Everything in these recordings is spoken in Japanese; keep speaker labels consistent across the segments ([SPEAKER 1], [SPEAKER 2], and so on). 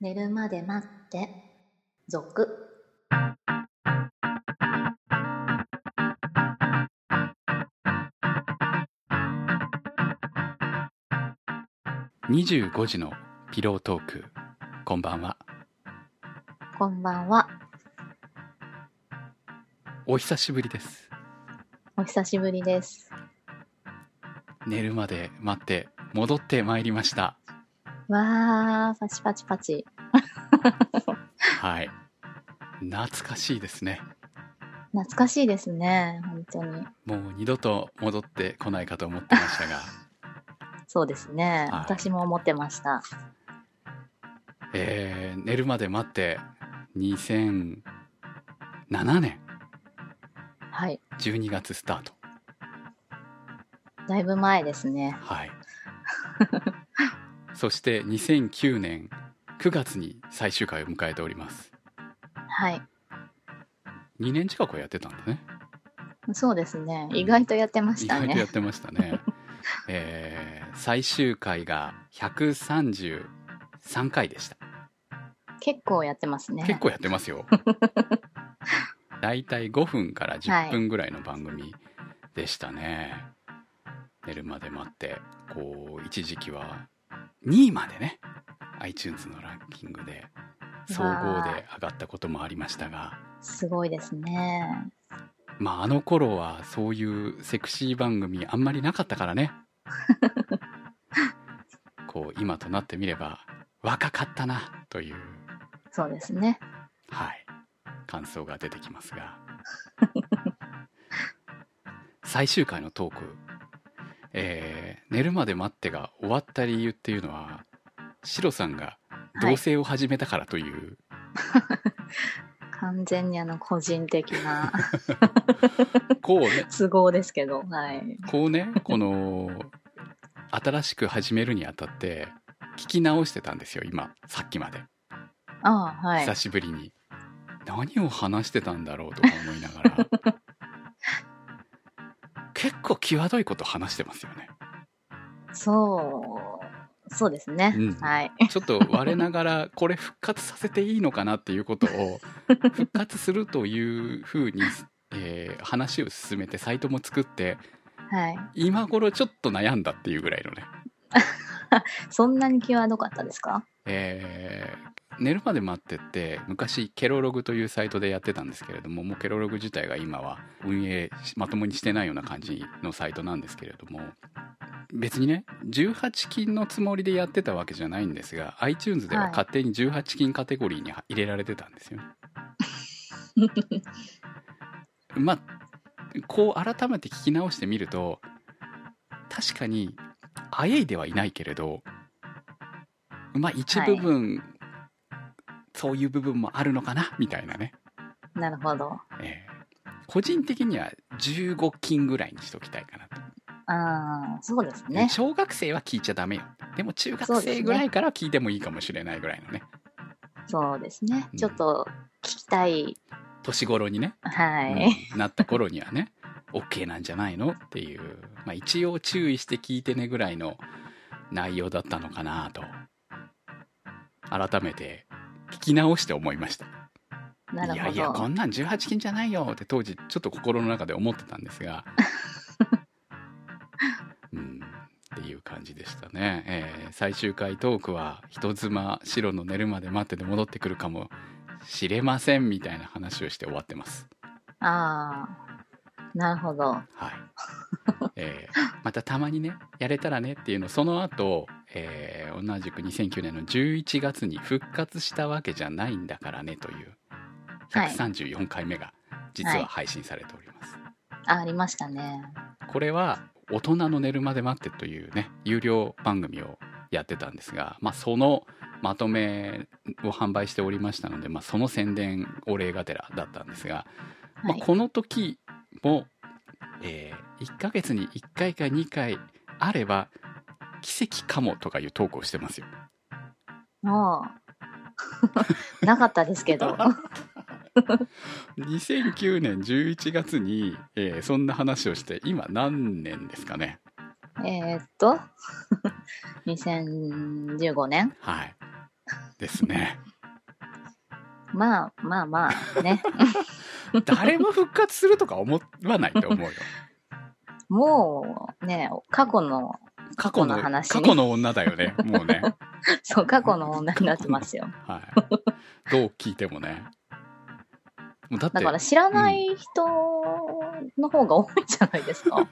[SPEAKER 1] 寝るまで待って続
[SPEAKER 2] 25時のピロートークこんばんは
[SPEAKER 1] こんばんは
[SPEAKER 2] お久しぶりです
[SPEAKER 1] お久しぶりです
[SPEAKER 2] 寝るまで待って戻ってまいりました
[SPEAKER 1] わーパチパチパチ
[SPEAKER 2] はい懐かしいですね
[SPEAKER 1] 懐かしいですね本当に
[SPEAKER 2] もう二度と戻ってこないかと思ってましたが
[SPEAKER 1] そうですね、
[SPEAKER 2] はい
[SPEAKER 1] 私も思ってました
[SPEAKER 2] えー寝るまで待って2007年
[SPEAKER 1] はい
[SPEAKER 2] 12月スタート
[SPEAKER 1] だいぶ前ですね
[SPEAKER 2] はいそして2009年9月に最終回を迎えております
[SPEAKER 1] はい
[SPEAKER 2] 2年近くやってたんだね
[SPEAKER 1] そうですね意外とやってまし
[SPEAKER 2] 意
[SPEAKER 1] た
[SPEAKER 2] 外と
[SPEAKER 1] ね
[SPEAKER 2] やってまし たねえー最終回が133回でした
[SPEAKER 1] 結構やってますね
[SPEAKER 2] 結構やってま すよだいたい5分から10分ぐらいの番組でしたね、寝るまで待ってこう一時期は2位までね iTunes のランキングで総合で上がったこともありましたが
[SPEAKER 1] すごいですね
[SPEAKER 2] まああの頃はそういうセクシー番組あんまりなかったからねこう今となってみれば若かったなという
[SPEAKER 1] そうですね
[SPEAKER 2] はい、感想が出てきますが最終回のトーク、えー寝るまで待って」が終わった理由っていうのはシロさんが同棲を始めたからという、
[SPEAKER 1] 完全にあの個人的 な
[SPEAKER 2] こうね
[SPEAKER 1] 都合ですけどはい
[SPEAKER 2] こうねこの新しく始めるにあたって聞き直してたんですよ今さっきまで、
[SPEAKER 1] ああはい
[SPEAKER 2] 久しぶりに何を話してたんだろうとか思いながら 結構際どいこと話してますよね
[SPEAKER 1] そうそうですね、
[SPEAKER 2] うん
[SPEAKER 1] はい
[SPEAKER 2] ちょっと我ながらこれ復活させていいのかなっていうことを復活するというふうに、えー話を進めてサイトも作って
[SPEAKER 1] はい
[SPEAKER 2] 今頃ちょっと悩んだっていうぐらいのね、
[SPEAKER 1] そんなに際どかったですか
[SPEAKER 2] えー寝るまで待ってって昔ケロログというサイトでやってたんですけれどももうケロログ自体が今は運営しまともにしてないような感じのサイトなんですけれども別にね18金のつもりでやってたわけじゃないんですが iTunes では勝手に18金カテゴリーに入れられてたんですよね。まあこう改めて聞き直してみると確かにあえいではいないけれどまあ一部分、そういう部分もあるのかなみたいなね、
[SPEAKER 1] なるほど
[SPEAKER 2] えー個人的には15金ぐらいにしときたいかなと、
[SPEAKER 1] ああそうですね
[SPEAKER 2] 小学生は聞いちゃダメよでも中
[SPEAKER 1] そ
[SPEAKER 2] 学
[SPEAKER 1] うですね
[SPEAKER 2] 生ぐらいから聞いてもいいかもしれないぐらいのね
[SPEAKER 1] そうですね
[SPEAKER 2] うん
[SPEAKER 1] ちょっと聞きたい、
[SPEAKER 2] 年頃にね、
[SPEAKER 1] はい、
[SPEAKER 2] うんなった頃にはね OK なんじゃないのっていう、まあ、一応注意して聞いてねぐらいの内容だったのかなと改めて聞き直して思いました
[SPEAKER 1] なるほ
[SPEAKER 2] い
[SPEAKER 1] ど
[SPEAKER 2] やいやこんなん18金じゃないよって当時ちょっと心の中で思ってたんで すがうんっていう感じでしたね、えー最終回トークは人妻白の寝るまで待ってて戻ってくるかもしれませんみたいな話をして終わってます
[SPEAKER 1] ああなるほど
[SPEAKER 2] はい、えーまたたまにねやれたらねっていうのその後、えー同じく2009年の11月に復活したわけじゃないんだからねという
[SPEAKER 1] はい
[SPEAKER 2] 134回目が実は配信されております、
[SPEAKER 1] あありましたね
[SPEAKER 2] これは「大人の寝るまで待って」というね有料番組をやってたんですが、まあ、そのまとめを販売しておりましたので、まあ、その宣伝お礼がてらだったんですが、ま
[SPEAKER 1] は
[SPEAKER 2] あ、
[SPEAKER 1] い
[SPEAKER 2] この時も、え1ヶ月に1回か2回あれば奇跡かもとかいう投稿してますよ。
[SPEAKER 1] もう なかったですけ ど
[SPEAKER 2] 2009年11月に、えーそんな話をして今何年ですかね。
[SPEAKER 1] えーっと2015年
[SPEAKER 2] はい。ですね
[SPEAKER 1] まあまあまあね。
[SPEAKER 2] 誰も復活するとか思わないと思うよ
[SPEAKER 1] もうね、過去の、
[SPEAKER 2] 過
[SPEAKER 1] 過去
[SPEAKER 2] 去の
[SPEAKER 1] の話
[SPEAKER 2] 過去の女だよねもうね
[SPEAKER 1] そう、過去の女になってますよ。
[SPEAKER 2] はいどう聞いてもねもうだって
[SPEAKER 1] だから知らない人の方が多いんじゃないですか。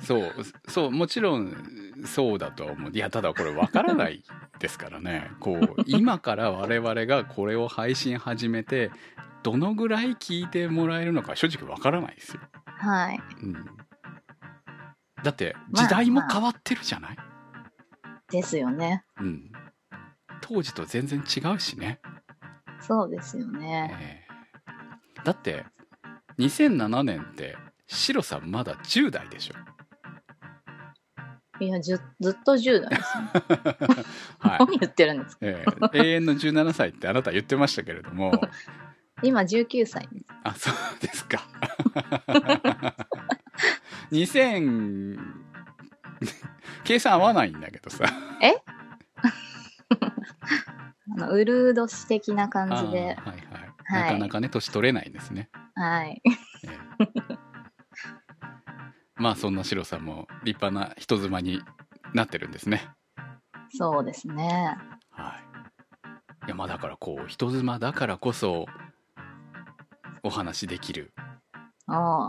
[SPEAKER 2] そうそうもちろんそうだとは思ういやただこれわからないですからねこう今から我々がこれを配信始めてどのぐらい聞いてもらえるのか正直わからないですよ、
[SPEAKER 1] はい。
[SPEAKER 2] うん、だって
[SPEAKER 1] まあ
[SPEAKER 2] 時代も変わってるじゃない、
[SPEAKER 1] ですよね。
[SPEAKER 2] うん、当時と全然違うしね、
[SPEAKER 1] そうですよね。
[SPEAKER 2] ええだって2007年ってシロさんまだ10代でしょ
[SPEAKER 1] いや、じゅずっと10代ですね。
[SPEAKER 2] はい
[SPEAKER 1] 何言ってるんですか
[SPEAKER 2] え え永遠の17歳ってあなた言ってましたけれども
[SPEAKER 1] 今19歳です。
[SPEAKER 2] あそうですか 2000 計算合わないんだけどさ
[SPEAKER 1] あの、うるう年的な
[SPEAKER 2] あー
[SPEAKER 1] 感じ
[SPEAKER 2] はい
[SPEAKER 1] で。
[SPEAKER 2] は
[SPEAKER 1] は
[SPEAKER 2] い、
[SPEAKER 1] い
[SPEAKER 2] なかなかね年取れないんですね、
[SPEAKER 1] はい。
[SPEAKER 2] ええまあそんなシロさんも立派な人妻になってるんですね
[SPEAKER 1] そうですね。
[SPEAKER 2] はいいやまあだからこう人妻だからこそお話しできる
[SPEAKER 1] ああ、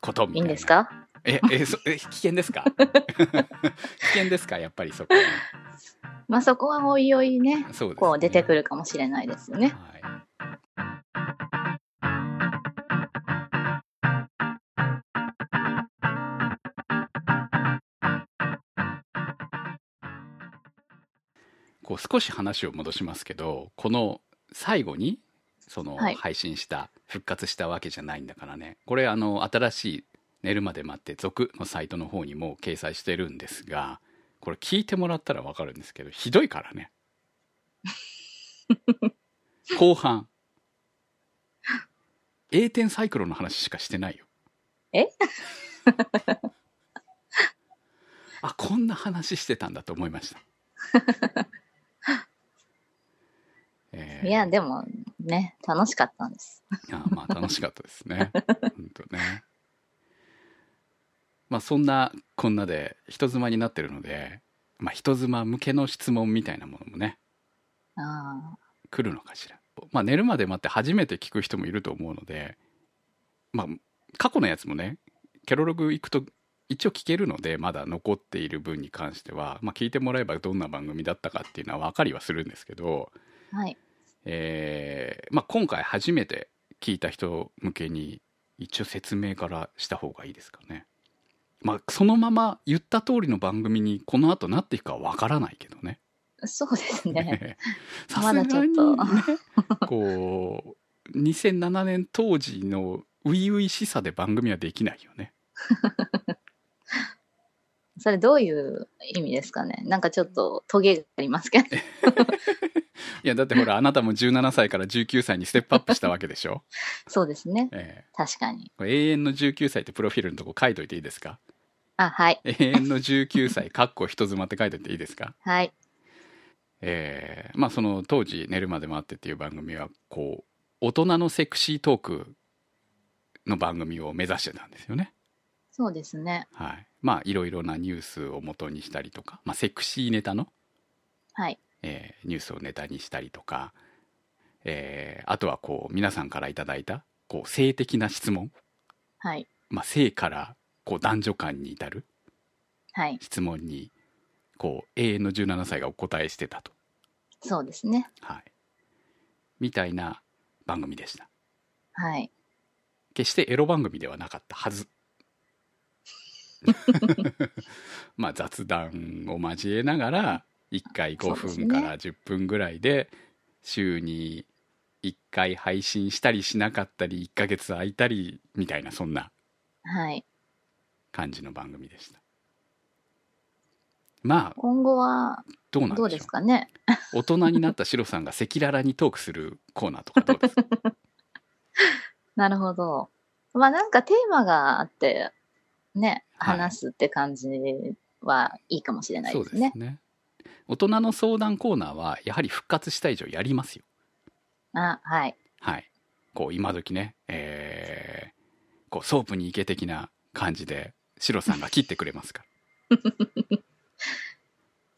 [SPEAKER 2] ことみ
[SPEAKER 1] い
[SPEAKER 2] た
[SPEAKER 1] い
[SPEAKER 2] い
[SPEAKER 1] ん
[SPEAKER 2] な
[SPEAKER 1] ですか
[SPEAKER 2] ええそえ危険で すか危険ですかやっぱりそこは
[SPEAKER 1] まあそこはおいおいね、
[SPEAKER 2] そうですね
[SPEAKER 1] こう出てくるかもしれないですよね。
[SPEAKER 2] はこう少し話を戻しますけどこの最後にその
[SPEAKER 1] はい
[SPEAKER 2] 配信した、復活したわけじゃないんだからねこれあの新しい「寝るまで待って続」のサイトの方にも掲載してるんですがこれ聞いてもらったらわかるんですけどひどいからね後半 A 点サイクロンの話しかしてないよ
[SPEAKER 1] え
[SPEAKER 2] あこんな話してたんだと思いました、えー
[SPEAKER 1] いや、でもね、楽しかったんです。
[SPEAKER 2] あーまあ楽しかったです ね。本当ね。まあそんなこんなで人妻になってるので、まあ人妻向けの質問みたいなものもね、
[SPEAKER 1] あ
[SPEAKER 2] 来るのかしら。まあ寝るまで待って初めて聞く人もいると思うので、まあ過去のやつもね、キャロログ行くと一応聞けるので、まだ残っている分に関しては、まあ聞いてもらえばどんな番組だったかっていうのは分かりはするんですけど、
[SPEAKER 1] あ、はい。
[SPEAKER 2] えーまあ、今回初めて聞いた人向けに一応説明からした方がいいですかね。まあ、そのまま言った通りの番組にこの後なっていくかはわからないけどね。
[SPEAKER 1] そうです ね。
[SPEAKER 2] さすがに、ね
[SPEAKER 1] まだ、
[SPEAKER 2] こう2007年当時の初々しさで番組はできないよね。
[SPEAKER 1] それどういう意味ですかねなんかちょっとトゲがありますけど。
[SPEAKER 2] いやだって ほらあなたも17歳から19歳にステップアップしたわけでしょ。
[SPEAKER 1] そうですね。
[SPEAKER 2] ええ
[SPEAKER 1] 確かに。
[SPEAKER 2] これ永遠の19歳ってプロフィールのとこ書いといていいですか
[SPEAKER 1] あ、はい。
[SPEAKER 2] 永遠の19歳かっこ人妻って書いといていいですか
[SPEAKER 1] はい。
[SPEAKER 2] えーまあその当時「寝るまで待って」っていう番組はこう大人のセクシートークの番組を目指してたんですよね。
[SPEAKER 1] そうですね。
[SPEAKER 2] はい、まあいろいろなニュースを元にしたりとか、まあ、セクシーネタの、
[SPEAKER 1] はい。
[SPEAKER 2] えーニュースをネタにしたりとか、えーあとはこう皆さんからいただいたこう性的な質問、
[SPEAKER 1] はい。
[SPEAKER 2] まあ、性からこう男女間に至る
[SPEAKER 1] はい。
[SPEAKER 2] 質問にこう永遠の17歳がお答えしてたと、
[SPEAKER 1] そうですね。
[SPEAKER 2] はい、みたいな番組でした。
[SPEAKER 1] はい。
[SPEAKER 2] 決してエロ番組ではなかったはず。 まあ雑談を交えながら1回5
[SPEAKER 1] そうです
[SPEAKER 2] 分
[SPEAKER 1] ね
[SPEAKER 2] から10分ぐらいで週に1回配信したりしなかったり1ヶ月空いたりみたいなそんな
[SPEAKER 1] はい。
[SPEAKER 2] 感じの番組でした。まあ
[SPEAKER 1] 今後は
[SPEAKER 2] どうなん
[SPEAKER 1] どう
[SPEAKER 2] で
[SPEAKER 1] で
[SPEAKER 2] しょ
[SPEAKER 1] すかね
[SPEAKER 2] う大人になったシロさんが赤裸々にトークするコーナーとかどうですか
[SPEAKER 1] なるほど。まあなんかテーマがあって、ね、
[SPEAKER 2] は い
[SPEAKER 1] 話すって感じはいいかもしれない
[SPEAKER 2] そう
[SPEAKER 1] で
[SPEAKER 2] ですす
[SPEAKER 1] ね。
[SPEAKER 2] ね。大人の相談コーナーはやはり復活した以上やりますよ
[SPEAKER 1] あ、はい。
[SPEAKER 2] はいこう今時ねえーこうソープに行け的な感じでシロさんが切ってくれますから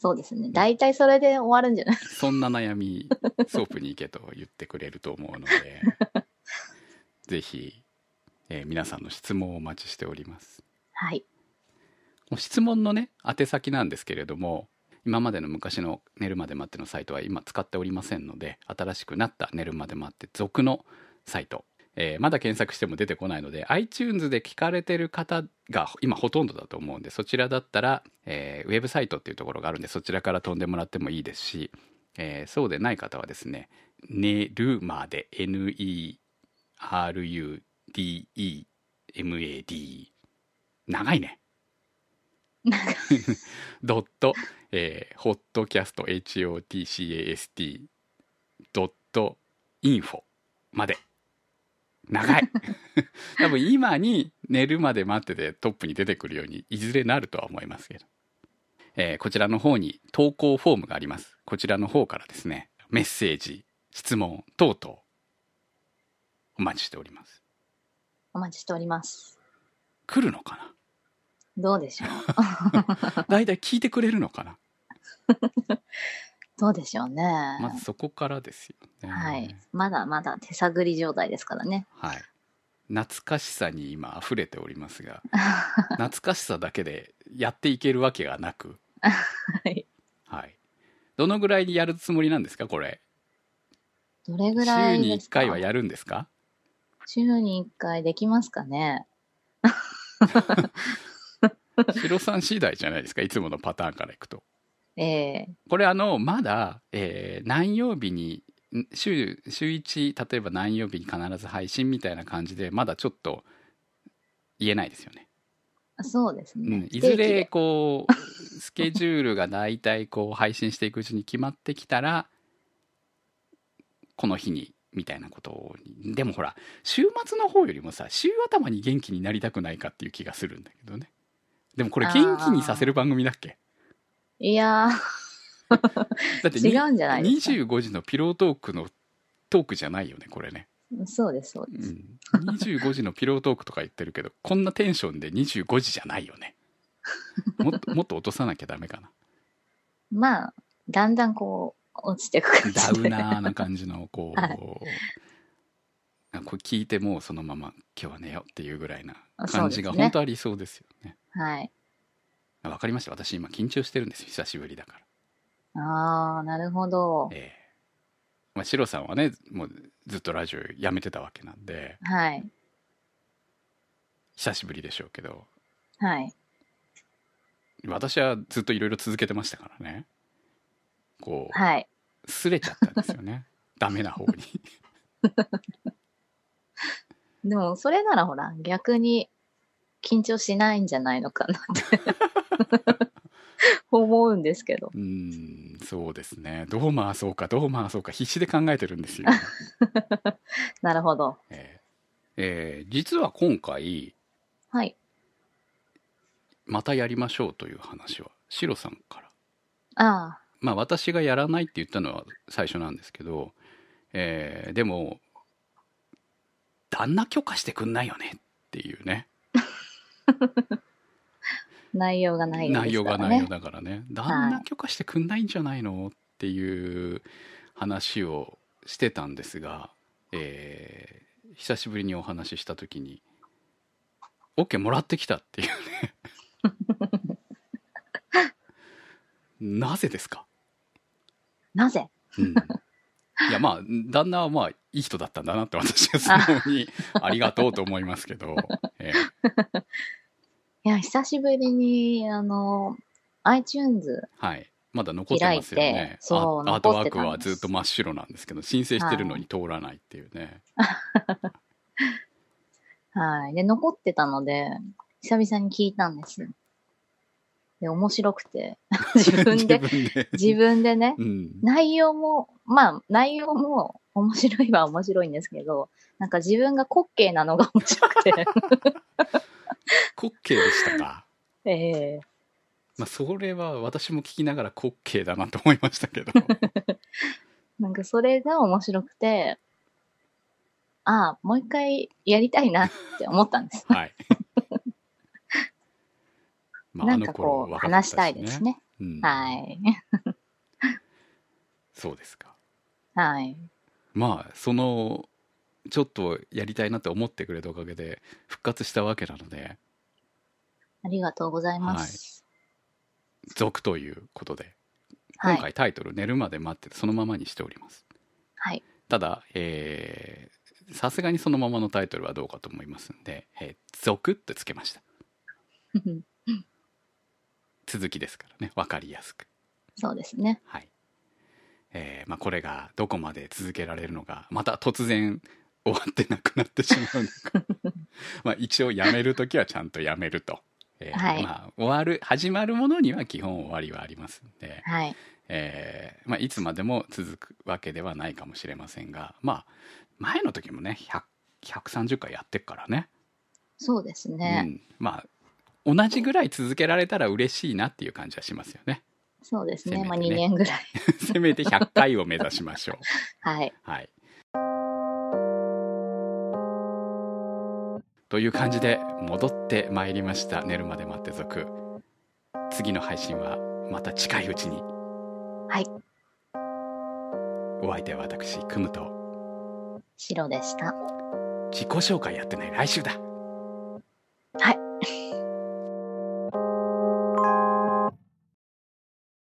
[SPEAKER 1] そうですね。大体それで終わるんじゃ ない
[SPEAKER 2] そんな悩みソープに行けと言ってくれると思うのでぜひ、えー皆さんの質問をお待ちしております
[SPEAKER 1] はい。
[SPEAKER 2] 質問のね宛先なんですけれども今までの昔の「寝るまで待って」のサイトは今使っておりませんので新しくなった「寝るまで待って」続のサイト、えーまだ検索しても出てこないので iTunes で聞かれてる方が今ほとんどだと思うんでそちらだったら、えーウェブサイトっていうところがあるんでそちらから飛んでもらってもいいですし、えーそうでない方はですね「寝るまで」NERUDEMAD 長いね
[SPEAKER 1] なんか
[SPEAKER 2] ドット、えー、ホットキャスト HOTCAST ドットインフォまで長 い多分今に寝るまで待っててトップに出てくるようにいずれなるとは思いますけど、えーこちらの方に投稿フォームがありますこちらの方からですねメッセージ質問等々お待ちしております
[SPEAKER 1] お待ちしております。
[SPEAKER 2] 来るのかな
[SPEAKER 1] どうで しょう
[SPEAKER 2] だいたい聞いてくれるのかな
[SPEAKER 1] どうでしょうね。
[SPEAKER 2] まずそこからですよね
[SPEAKER 1] はい。まだまだ手探り状態ですからね。
[SPEAKER 2] はい、懐かしさに今溢れておりま すが懐かしさだけでやっていけるわけがなく、
[SPEAKER 1] はい。
[SPEAKER 2] はい、どのぐらいにやるつもりなんですかこれ
[SPEAKER 1] どれぐらい
[SPEAKER 2] 週に
[SPEAKER 1] です
[SPEAKER 2] 1
[SPEAKER 1] か
[SPEAKER 2] 回はやるんですか
[SPEAKER 1] 週に1回できますかね
[SPEAKER 2] 白さん次第じゃないですかいつものパターンからいくと
[SPEAKER 1] ええ
[SPEAKER 2] これあのまだ、えー何曜日にん週週1例えば何曜日に必ず配信みたいな感じでまだちょっと言えないですよね
[SPEAKER 1] そうです
[SPEAKER 2] う
[SPEAKER 1] ね。
[SPEAKER 2] ん、
[SPEAKER 1] 不定
[SPEAKER 2] いず
[SPEAKER 1] 期で
[SPEAKER 2] れこうスケジュールが大体こう配信していくうちに決まってきたらこの日にみたいなことをでもほら週末の方よりもさ週頭に元気になりたくないかっていう気がするんだけどねでもこれ
[SPEAKER 1] あー
[SPEAKER 2] 元気にさせる番組だっけ
[SPEAKER 1] いや
[SPEAKER 2] だってに
[SPEAKER 1] 違うんじゃないですか
[SPEAKER 2] 25時のピロートークのトークじゃないよねこれね、
[SPEAKER 1] ー、そうです、そう
[SPEAKER 2] う
[SPEAKER 1] です。
[SPEAKER 2] ん、25時のピロートークとか言ってるけどこんなテンションで25時じゃないよねもっともっと落とさなきゃダメかな
[SPEAKER 1] まあ、だんだんこう、落ちていく感
[SPEAKER 2] ダ
[SPEAKER 1] じ
[SPEAKER 2] ウ
[SPEAKER 1] で。
[SPEAKER 2] ナーな感じのこう、
[SPEAKER 1] はい
[SPEAKER 2] あこれ聞いてもうそのまま今日は寝ようっていうぐらいな
[SPEAKER 1] そう
[SPEAKER 2] 感
[SPEAKER 1] です
[SPEAKER 2] じが
[SPEAKER 1] ね
[SPEAKER 2] 本当ありそうですよね。
[SPEAKER 1] はい。
[SPEAKER 2] わ、かりました私今緊張してるんですよ久しぶりだから。
[SPEAKER 1] ああ、なるほど。
[SPEAKER 2] ええまあ、シロさんはねもうずっとラジオやめてたわけなんで
[SPEAKER 1] はい。
[SPEAKER 2] 久しぶりでしょうけど
[SPEAKER 1] はい。
[SPEAKER 2] 私はずっといろいろ続けてましたからねこう
[SPEAKER 1] はい。
[SPEAKER 2] 擦れちゃったんですよね ダメな方に。
[SPEAKER 1] でも、それならほら、逆に緊張しないんじゃないのかなって 思うんですけど。
[SPEAKER 2] うーんそうですねどう回そうかどう回そうか必死で考えてるんですよ。
[SPEAKER 1] なるほど。
[SPEAKER 2] えーえー実は今回
[SPEAKER 1] はい。
[SPEAKER 2] またやりましょうという話はシロさんから
[SPEAKER 1] あ
[SPEAKER 2] まあ私がやらないって言ったのは最初なんですけど、えーでも旦那許可してくんないよねっていうね
[SPEAKER 1] あ、内容がないようで
[SPEAKER 2] 内
[SPEAKER 1] す
[SPEAKER 2] 容
[SPEAKER 1] か
[SPEAKER 2] が
[SPEAKER 1] らね。
[SPEAKER 2] 内容だからね旦那許可してくんないんじゃないのっていう話をしてたんですが、えー久しぶりにお話しした時に OK もらってきたっていう ねなぜですか、
[SPEAKER 1] なぜ
[SPEAKER 2] うん、いやまあ旦那はまあいい人だったんだなって私は素 直にありがとうと思いますけど、えー
[SPEAKER 1] いや、久しぶりに、あの、iTunes
[SPEAKER 2] はいまだ残ってますよ
[SPEAKER 1] 開い
[SPEAKER 2] ね
[SPEAKER 1] てそう
[SPEAKER 2] あアート
[SPEAKER 1] 残
[SPEAKER 2] ワ
[SPEAKER 1] っ
[SPEAKER 2] ー
[SPEAKER 1] て
[SPEAKER 2] ク
[SPEAKER 1] たんです
[SPEAKER 2] はずっと真っ白なんですけど申請してるのに通らないっていうね、
[SPEAKER 1] はい。で、残ってたので、久々に聞いたんです。で、面白くて、 自分で、
[SPEAKER 2] 自分で
[SPEAKER 1] 自分でね、
[SPEAKER 2] うん
[SPEAKER 1] 内容も、まあ、内容も面白いは面白いんですけど、なんか自分が滑稽なのが 面白くて、
[SPEAKER 2] 滑稽でしたか
[SPEAKER 1] ええ
[SPEAKER 2] まあ、それは私も聞きながら滑稽だなと思いましたけ ど。
[SPEAKER 1] なんかそれが面白くて、ああ、もう一回やりたいなって思ったんです
[SPEAKER 2] はい ま
[SPEAKER 1] なんかこう、
[SPEAKER 2] 頃若かった
[SPEAKER 1] 話したいですね。
[SPEAKER 2] うん
[SPEAKER 1] はい。
[SPEAKER 2] そうですか
[SPEAKER 1] はい。
[SPEAKER 2] まあそのちょっとやりたいなって思ってくれたおかげで復活したわけなので
[SPEAKER 1] ありがとうございます。
[SPEAKER 2] 続ということで
[SPEAKER 1] は
[SPEAKER 2] 今
[SPEAKER 1] い。
[SPEAKER 2] 回タイトル「寝るまで待って」そのままにしております
[SPEAKER 1] はい。
[SPEAKER 2] ただえーさすがにそのままのタイトルはどうかと思いますんで「えー続」ってつけました続きですからね分かりやすく
[SPEAKER 1] そうですね。
[SPEAKER 2] はいえーまあ、これがどこまで続けられるのかまた突然終わってなくなってしまう のかまあ一応やめる時はちゃんとやめると、えー
[SPEAKER 1] はい
[SPEAKER 2] まあ、終わる始まるものには基本終わりはありますんで、
[SPEAKER 1] はい。
[SPEAKER 2] えーまあ、いつまでも続くわけではないかもしれませんがまあ前の時もね100 130回やってっからね
[SPEAKER 1] そうですね。
[SPEAKER 2] うん、まあ同じぐらい続けられたら嬉しいなっていう感じはしますよね
[SPEAKER 1] そうですね。
[SPEAKER 2] せめてね
[SPEAKER 1] まあ2年ぐらい。
[SPEAKER 2] せめて100回を目指しましょう
[SPEAKER 1] はい。
[SPEAKER 2] はい。という感じで戻ってまいりました「寝るまで待って続」次の配信はまた近いうちに
[SPEAKER 1] はい。
[SPEAKER 2] お相手は私クムと
[SPEAKER 1] 白でした。
[SPEAKER 2] 自己紹介やってない来週だ
[SPEAKER 1] はい。